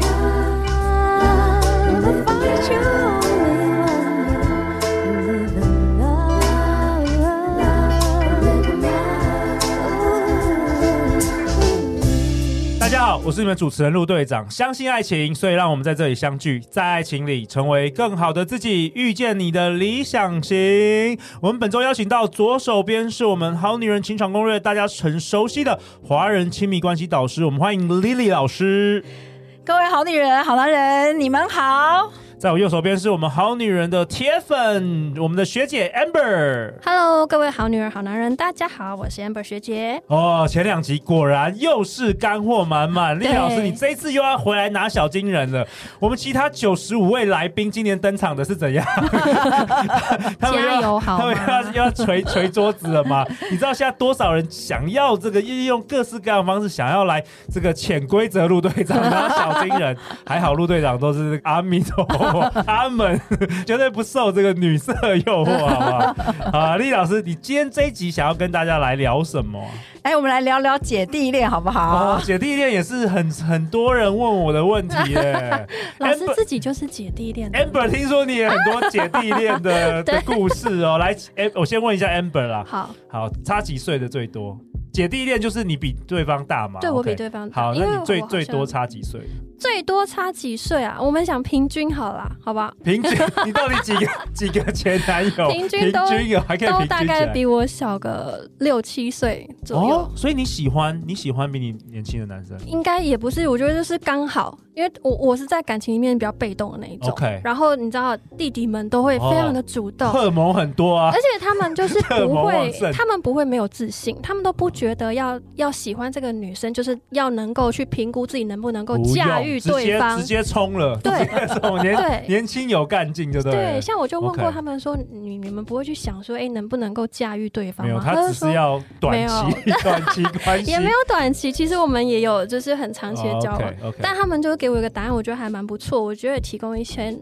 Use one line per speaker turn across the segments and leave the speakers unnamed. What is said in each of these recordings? Love, find you only one. Live in love, live in love.
大家好，我是你们主持人陆队长。相信爱情，所以让我们在这里相聚，在爱情里成为更好的自己，遇见你的理想型。我们本周邀请到左手边是我们《好女人情场攻略》大家很熟悉的华人亲密关系导师，我们欢迎 Lily 老师。
各位好女人、好男人，你们好。
在我右手边是我们好女人的铁粉，我们的学姐 Amber。
Hello，各位好女人、好男人，大家好，我是 Amber 学姐。
哦，前两集果然又是干货满满。丽
对
老师，你这一次又要回来拿小金人了。我们其他九十五位来宾今年登场的是怎 样？他们又
加
要
油好
他
吗
们又要又要捶捶桌子了吗？ 你知道现在多少人想要这个，用各式各样的方式想要来这个潜规则陆队长拿小金人？还好陆队长都是阿弥陀佛，阿门， 绝对不受这个女色诱惑，好不好？ 啊，丽老师，你今天这一集想要跟大家来聊什么啊？
哎，我们来聊聊姐弟恋好不好
啊
哦，？姐弟恋也是很很多人问我的问题 耶。
老师
Amber-
自己就是姐弟恋的。
Amber，听说你也很多姐弟恋的
对
的故事哦。来，哎，我先问一下 Amber 啦。
好，
好，差几岁的最多？姐弟恋就是你比对方大嘛？
对我比
OK
对方大
好，
因为
那
我
你最
好像
最多差几岁？
最多差几岁啊？我们想平均好啦，好吧？
平 均，你到底几个几个前男友？
平均都
平均有还可以平
都
均
大
起
概
来
比我小个六七岁左右。
哦，所以你喜欢你喜欢比你年轻的男生？
应该也不是，我觉得就是刚好，因为我我是在感情里面比较被动的那一种。
OK
然后你知道弟弟们都会非常的主 动，
荷尔蒙很多啊
而。且他们就是
荷尔蒙
不
旺
会
盛，
他们不会没有自信，他们都不觉得要要喜欢这个女生，就是要能够去评估自己能不能够
不
驾
用
驭
直接
对方
直。接冲了，
对
直接冲年
对
年轻有干劲，就对了。
对，像我就问
OK
过他们说，你你们不会去想说，哎、能不能够驾驭对方
没有，
吗？
他
就
只是
说
要短期 短期关系，
也没有短期，其实我们也
嗯
有就是很长期的交往，
o k
但他们就给我一个答案，我觉得还蛮不错，我觉得也提供一些。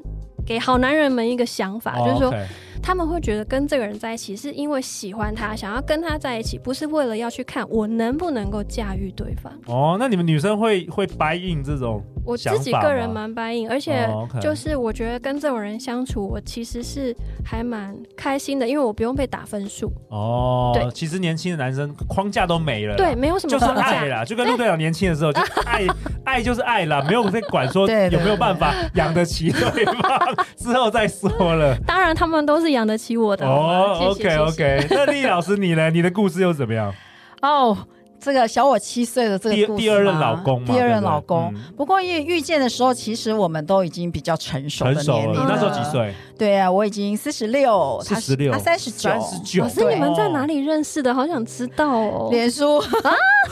给好男人们一个想法
哦
就是说他们会觉得跟这个人在一起是因为喜欢他，想要跟他在一起，不是为了要去看我能不能够驾驭对方。
哦，那你们女生会会 buy in 这种，
我自己
想法
个人
吗
蛮白应，而且
哦，OK
就是我觉得跟这种人相处，我其实是还蛮开心的，因为我不用被打分数，
哦
对，
其实年轻的男生框架都没了啦，
对，没有什么
就是
框架
爱。啦，就跟陆队长年轻的时 候，就爱爱就是爱啦，没有在管说
对对
有没有办法养得起对方，之后再说 了。
当然，他们都是养得起我的。
哦
好吗谢谢
，OK
谢谢
OK，那丽老师你呢？你的故事又是怎 么样？
哦，这个小我七岁的这
第
个故事
第二任
吗
老公嘛，
第二
对
任
不对
老公。
嗯
不过遇遇见的时候，其实我们都已经比较成熟的
成熟
年龄
了，
了。
你那时候几？岁？
对啊，我已经四十六，他是
46
他三十九，
39
老师，你们在哪
里？
里认识的？好想知道哦。
脸书
哦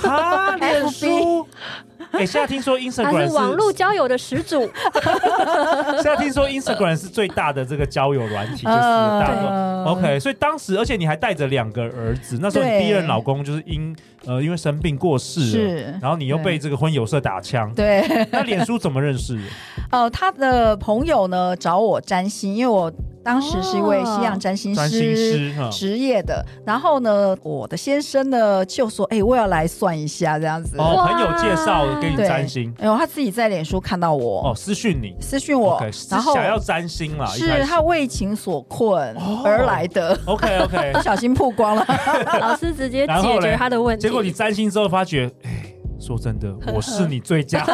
哈，脸书。哎，现在听说
他
Instagram
是网络
是，
交友的始 祖，
现在听说 Instagram 是最大的这个交友软体， 就是
呃
大众。
对
OK，所以当时，而且你还带着两个儿子，那时候你
对
第一任老公就是因呃因为生病过世了，
是。
然后你又被这个婚友社打枪。
对，
那脸书怎么认识的？
呃，他的朋友呢找我占星，因为我当时是一位西洋占星
占星
师
师嗯哈，
职业的。然后呢，我的先生呢就说：“哎、我要来算一下这样子。”
哦，
哇
朋友介绍给你
对
占星，
然后他自己在脸书看到我，
哦，私讯你
私讯我
，OK，
然后
想要占星啦，一开
是
始哦
他为情所困而来的，
OK OK，
不小心曝 光了。
老师直接
然后
解
嘞
决他的问题。
结果你占星之后发觉，哎，说真的，我是你最佳，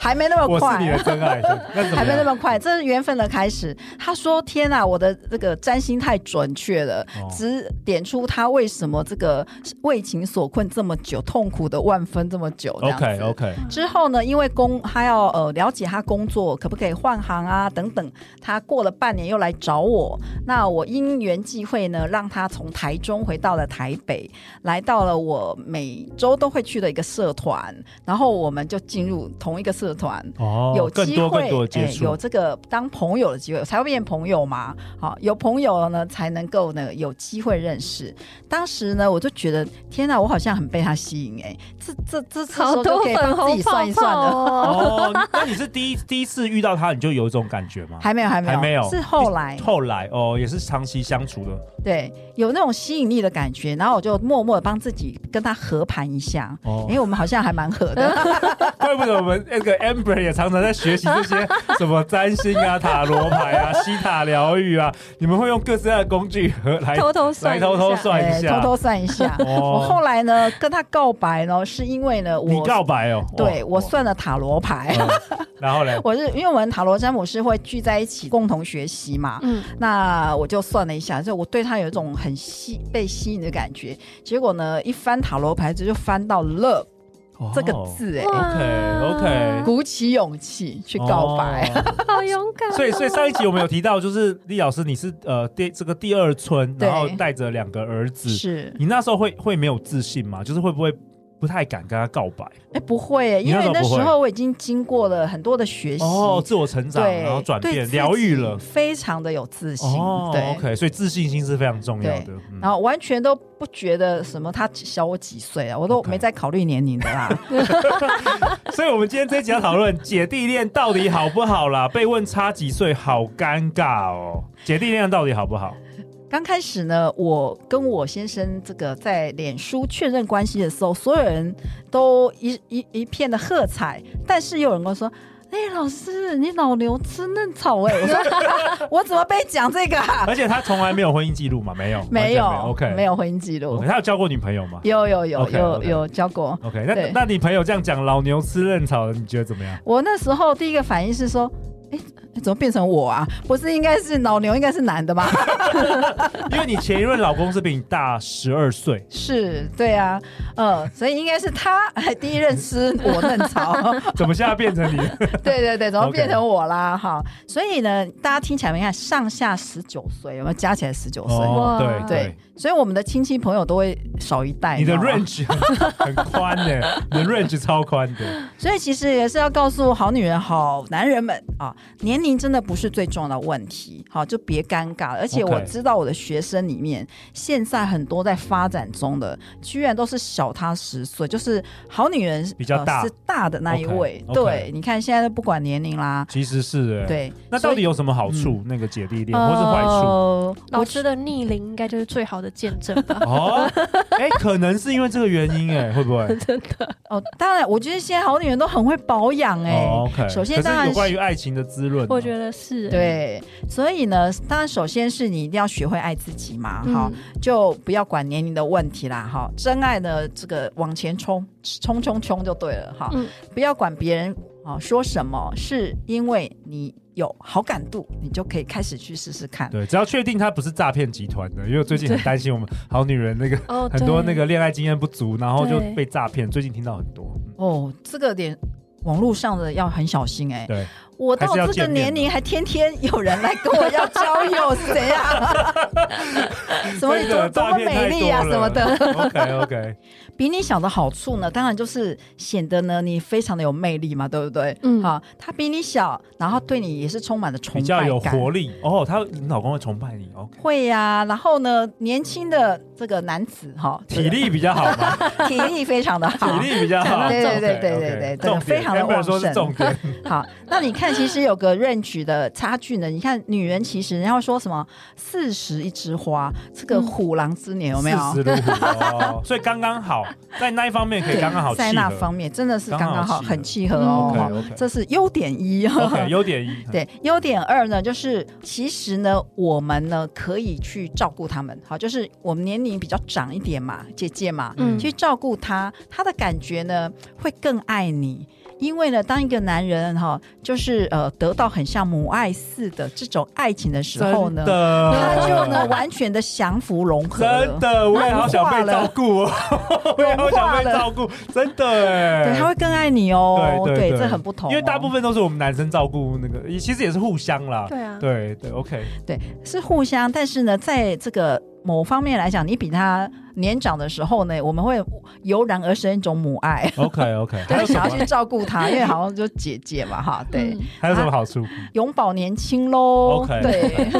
还没那 么
我是你
快
的。真爱，那怎
还
么
没那
样？
么快，这是缘分的开始。他说：“天啊，我的这个占星太准确了，
哦
只点出他为什么这个为情所困这么久，痛苦的万分这么久。这样子
OK OK，
之后呢，因为工他要呃了解他工作可不可以换行啊等等，他过了半年又来找我，那我因缘际会呢，让他从台中回到了台北，来到了我每周都会去的一个社团，然后我们就进入同一个社社团，
哦，
有
更
机
多
会
更多的接
哎有
触，
这个当朋友的机会，才会变朋友嘛。好，有朋友呢，才能够呢有机会认识。当时呢，我就觉得天哪，我好像很被他吸引哎、这这这这时
好
候就
多
可以
粉
帮自
红
己
泡
算一算
泡
了。
哦，
哦，那你是第一第一次遇到他，你就有一种感觉吗？
还没有，还没有，
还没有
是后来
后来哦，也是长期相处的
对有那种吸引力的感觉，然后我就默默的帮自己跟他合盘一下，
哦
因为我们好像还蛮合的。
怪不得我们那个 Amber 也常常在学习这 些什么占星啊、塔罗牌啊、西塔疗愈啊，你们会用各式各样的工具和来
偷偷算
来
一下，
偷偷 算一
对，
下，
偷偷算一下。我
哦
后来呢跟他告白呢，是因为呢
你
我
告白哦，
对
哦
我，算了塔罗牌。
哦然后嘞，
我是因为我们塔罗占卜师会聚在一起共同学习嘛，
嗯，
那我就算了一下，就我对他有一种很吸被吸引的感觉。结果呢，一翻塔罗牌，这就翻到 love
哦
这个字、哎、
，OK，OK
鼓起勇气去
去
告白。
哦
好勇 敢哦，
所以，所以上一集我们有提到，就是李老师，你是呃第这个第二春，
对
然后带着两个儿子，
是，
你那时候会会没有自信吗？就是会不会不太敢跟他告白？
哎、不会、
你
因
那时候
为那
不会
时候我已经经过了很多的学习，
哦，自我成长，
对，
然后转
对
变，
自
疗愈
己
了。
非常的有自信，
哦
对。
，OK，所以自信心是非常重要的
对。
嗯
然后完全都不觉得什么他小我几岁啊，我都
OK
没在考虑年龄的啦。
所以，我们今天这一集要讨论姐弟恋到底好不好啦？被问差几岁，好尴尬哦。姐弟恋到底好不好？
啊刚开始呢，我跟我先生这个在脸书确认关系的时候，所有人都一一一片的喝彩，但是有人跟我说。哎、老师，你老牛吃嫩草哎、我说 我怎么被讲这个、啊？
而且他从来没有婚姻记录嘛，没有，
没有
完全，OK，
没有婚姻记录
OK，他有交过女朋友吗？
有有有
OK，
有
OK
有教过。
OK，那
对
那你朋友这样讲老牛吃嫩草，你觉得怎么 样？
我那时候第一个反应是说，哎、怎么变成我啊？不是应该是老牛应该是男的吗？
因为你前一任老公是比你大十二岁，
是，对啊，呃，所以应该是他哎第一任吃我嫩草。
怎么现在变 成你？
对对对，怎么
OK
变成我啦？哈，所以呢，大家听起来没看上下十九岁，有没有加起来十九岁？
哇
哦对
对，哎所以我们的亲戚朋友都会少一代。
你的
知道吗
range 很宽 呢，你的 range 超宽的。
所以其实也是要告诉好女人、好男人们啊，年龄真的不是最重要的问题，好就别尴尬。而且
OK
我知道我的学生里面，现在很多在发展中的，居然都是小他十岁，就是好女人
比较大
呃、是大的那一位。
OK，OK
对，你看现在都不管年龄啦，
其实是哎，，
对。
那
所以嗯
到底有什么好处？那个姐弟恋或是坏处？。
呃
老师的逆龄应该就是最好的见证 吧
哦，哎，可能是因为这个原因哎，会不会？
哦，当然，我觉得现在好女人都很会保养 哎、
哦，OK。
首先
可
当
是
然
有关
是
于爱情的滋润啊，
我觉得是，
对，所以呢，当然首先是你一定要学会爱自己嘛，
嗯
哈、就不要管年龄的问题啦，哈，真爱呢，这个往前冲，冲冲冲就对了哈，
嗯
不要管别人啊说什么，是因为你有好感度，你就可以开始去试试看。
对，只要确定他不是诈骗集团的，因为我最近很担心我们好女人那个
哦，
很多
对
那个恋爱经验不足，然后就
对
被诈骗。最近听到很多，嗯
哦，这个点。网络上的要很小心哎、
对，
我到
还是要
这个
见面
年龄还天天有人来跟我要 交友，是怎样？什么你
这个
多多
诈
么
骗太
美丽啊
多
什么的，
了。OK OK，
比你小的好处呢，当然就是显得呢你非常的有魅力嘛，对不对？
嗯
好、他比你小，然后对你也是充满了崇拜
比较有
感
活力哦。她你老公会崇拜你哦，
会呀、然后呢，年轻的这个男子哈，这
体
个
力比较好 嘛，
体力非常的好
体，力比较好。
对对对
OK，OK，
对对对对
重点
非常地
Amber
旺
说是
盛
重点，
好，那你看，其实有个 range 的差距呢。你看，女人其实人家说什么四十一枝花，这个
嗯
虎狼之年 有没有？
四十如虎哦，所以刚刚好，在那一方面可以刚 刚好契合，
在那方面真的是刚
刚
刚
好
好，
契合
很契合哦。
OK
哈
OK
这是优点一。
OK 优点一，
对，优点二呢，就是其实呢，我们呢可以去照顾他们，好，就是我们年龄比较长一点嘛，姐姐嘛，
嗯
去照顾他，他的感觉呢会更爱你。因为呢，当一个男人哈、就是呃得到很像母爱似的这种爱情的时候呢
真，的
他就呢完全的降服融合 了，
真的，我也好想被照顾哦， 我也好想被照顾，真的哎。
对，他会更爱你哦，
对对对
这很不同哦、
因为大部分都是我们男生照顾那个，也其实也是互相啦。
对啊，
对对，OK，
对是互相，但是呢，在这个某方面来讲，你比他年长的时候呢，我们会油然而生一种母爱，
OK OK，还
对，
有什
想要
么
去照顾他，因为好像就姐姐嘛，哈，对，
嗯
还有
啊
什么好处？
永葆年轻喽
OK
对，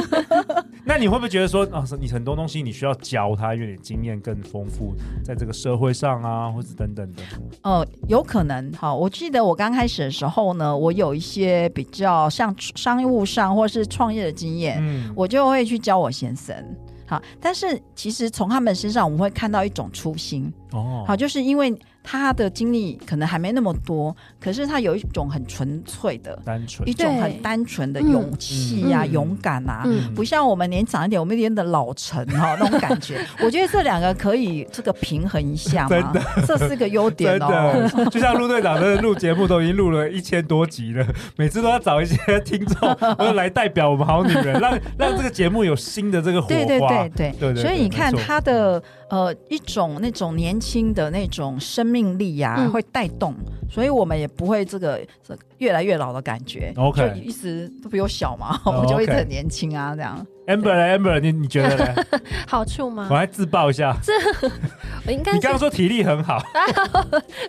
那你会不会觉得说啊，你很多东西你需要教他，因为你经验更丰富，在这个社会上啊，或者等等的。
呃，有可能哈。我记得我刚开始的时候呢，我有一些比较像商务上或是创业的经验，
嗯，
我就会去教我先生。好，但是其实从他们身上我们会看到一种初心，
哦
好，就是因为他的经历可能还没那么多，可是他有一种很纯粹的、
单纯
一种
对
很单纯的
嗯
勇气呀、
嗯
勇敢啊，
嗯
不像我们年长一点，我们有点的老成 哈、那种感觉。我觉得这两个可以这个平衡一下嘛，这是个优 点
真
哦。
的，就像陆队长真的录节目都已经录了一千多集了， 每次都要找一些听众，我就来代表我们好女人， 让让这个节目有新的这个火花。
对对对对
对对
所以你看
没错
他的呃一种那种年轻的那种生命力呀、
嗯
会带动，所以我们也不会这个这个越来越老的感觉。
OK
就一直都比我小嘛，
哦
我就一直
OK
很年轻啊，这样。
Amber 呢 Amber，你你觉得 呢？
好处吗
我？来自爆一下，
我应该
你
是
刚刚 说体力很 好，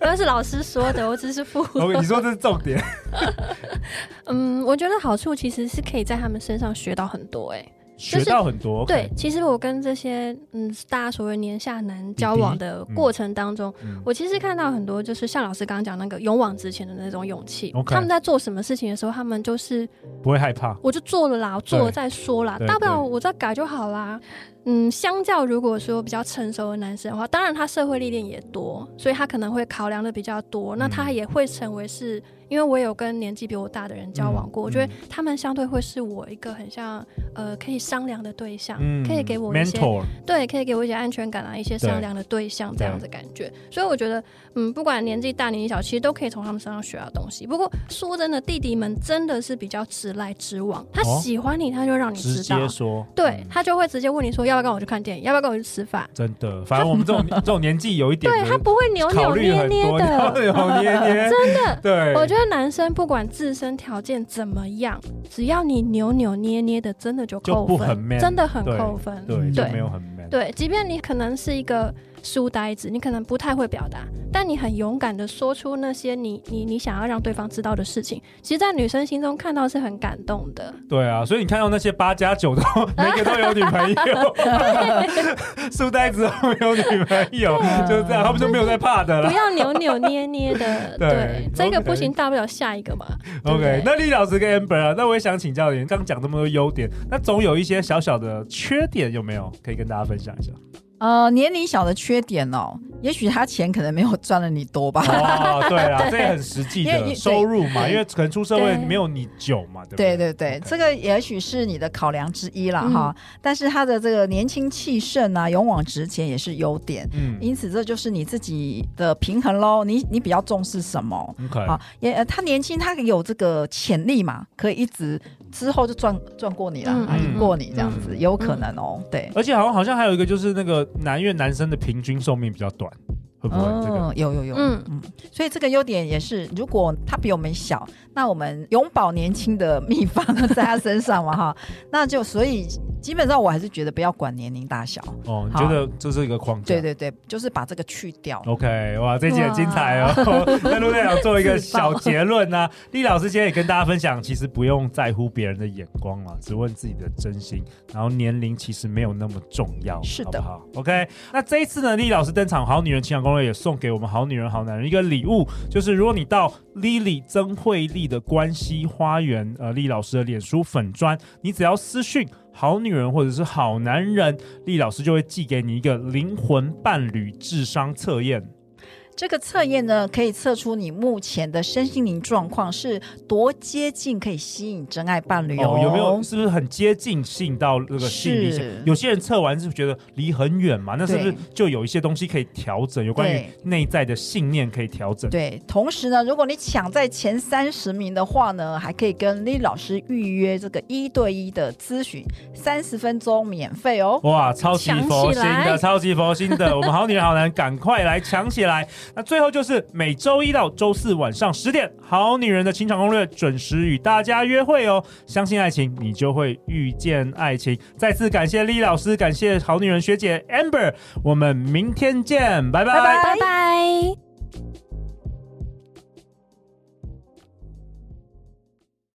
那是老师说的，我只是附和。
OK，你说这是重点。
嗯，我觉得好处其实是可以在他们身上学到很多、欸，哎，
学到很多。
对，，其实我跟这些嗯大家所谓年下男交往的过程当中，
嗯
我其实看到很多就是像老师刚刚讲那个勇往直前的那种勇气。
OK
他们在做什么事情的时候，他们就是
不会害怕。
我就做了啦，我做了再说啦
对，
大不了我再改就好啦。嗯，相较如果说比较成熟的男生的话，当然他社会历练也多，所以他可能会考量的比较
嗯
多。那他也会成为是，因为我有跟年纪比我大的人交往过，
嗯
我觉得他们相对会是我一个很像呃可以商量的对象，
嗯
可以给我一些
mentor，
对，可以给我一些安全感啊，一些商量的对象这样子感觉。所以我觉得，嗯，不管年纪大年纪小，其实都可以从他们身上学到东西。不过说真的，弟弟们真的是比较直来直往，他
哦
喜欢你，他就让你
直
知道，
接说。
对他就会直接问你说要不要跟我去看电影，要不要跟我去吃饭。
真的，反正我们这种这种年纪有一点
对他
的
不会扭
考
扭
虑
捏
很
捏
多，
的。
扭扭捏 捏，真的。对，
我觉得男生不管自身条件怎么样，只要你扭扭捏捏的，真的就
就
扣
不
分，
很 man，
真的很
对
扣分。
对就
对
没有很 man。
嗯对，即便你可能是一个书呆子，你可能不太会表达，但你很勇敢的说出那些你你你想要让对方知道的事情，其实，在女生心中看到是很感动的。
对啊，所以你看到那些八加 九都每个都有女朋友， 书呆子都没有女朋友，
啊
就是这样，他们就没有在怕的
不
了。
要扭扭捏捏的，
对
对，这个
OK
不行，大不了下一个嘛。对不
OK，
对
那厉老师跟 Amber 啊，那我也想请教你，刚讲这么多优点，那总有一些小小的缺点，有没有可以跟大家分享 一下？
呃，年龄小的缺点哦，也许他钱可能没有赚的你多吧。
哦，对啊，这也很实际
因为因
的
为
收入嘛，
对
因为可能出社会
对
没有你久嘛，对不
对
对？
对对
OK 嗯
这个也许是你的考量之一啦哈。但是他的这个年轻气盛啊，勇往直前也是优点，
嗯
因此这就是你自己的平衡喽。你你比较重视什么？
，OK，
啊，也、呃、他年轻，他有这个潜力嘛，可以一直之后就赚赚过你啦，
嗯
啊赢、
嗯
过你这样子，
嗯
有可能哦。对，
而且好像好像还有一个就是那个男，因为男生的平均寿命比较短，会不会这个？
嗯，有有有，
嗯
嗯，所以这个优点也是，如果他比我们小，那我们永葆年轻的秘方在他身上嘛哈， 那就所以基本上我还是觉得不要管年龄大小，
哦，你觉得这是一个框架？
对对对，就是把这个去掉。
OK，哇，这期很精彩哦！ 那陆队长做一个小结论啊呢、厉老师今天也跟大家分享，其实不用在乎别人的眼光了，只问自己的真心，然后年龄其实没有那么重要，
是的
好不好？OK，那这一次呢，厉老师登场《好女人情感攻略》也送给我们好女人、好男人一个礼物，就是如果你到 Lily 曾慧丽的关系花园，呃，厉老师的脸书粉砖，你只要私讯。好女人或者是好男人，厉老师就会寄给你一个灵魂伴侣智商测验，
这个测验呢，可以测出你目前的身心灵状况是多接近可以吸引真爱伴侣哦。
哦，有没有是不是很接近吸引到那个吸引力线
是？
有些人测完是觉得离很远嘛，那是不是
对
就有一些东西可以调整？有关于
对
内在的信念可以调整。
对，同时呢，如果你抢在前三十名的话呢，还可以跟 Lily 老师预约这个一对一的咨询，三十分钟免费哦。
哇，超级佛心
抢起
的，
来
超级佛心的！我们好女人好男，赶快来抢起来！那最后就是每周一到周四晚上十点，《好女人的情场攻略》准时与大家约会哦。相信爱情，你就会遇见爱情。再次感谢丽老师，感谢好女人学姐 Amber，我们明天见，拜
拜拜
拜拜。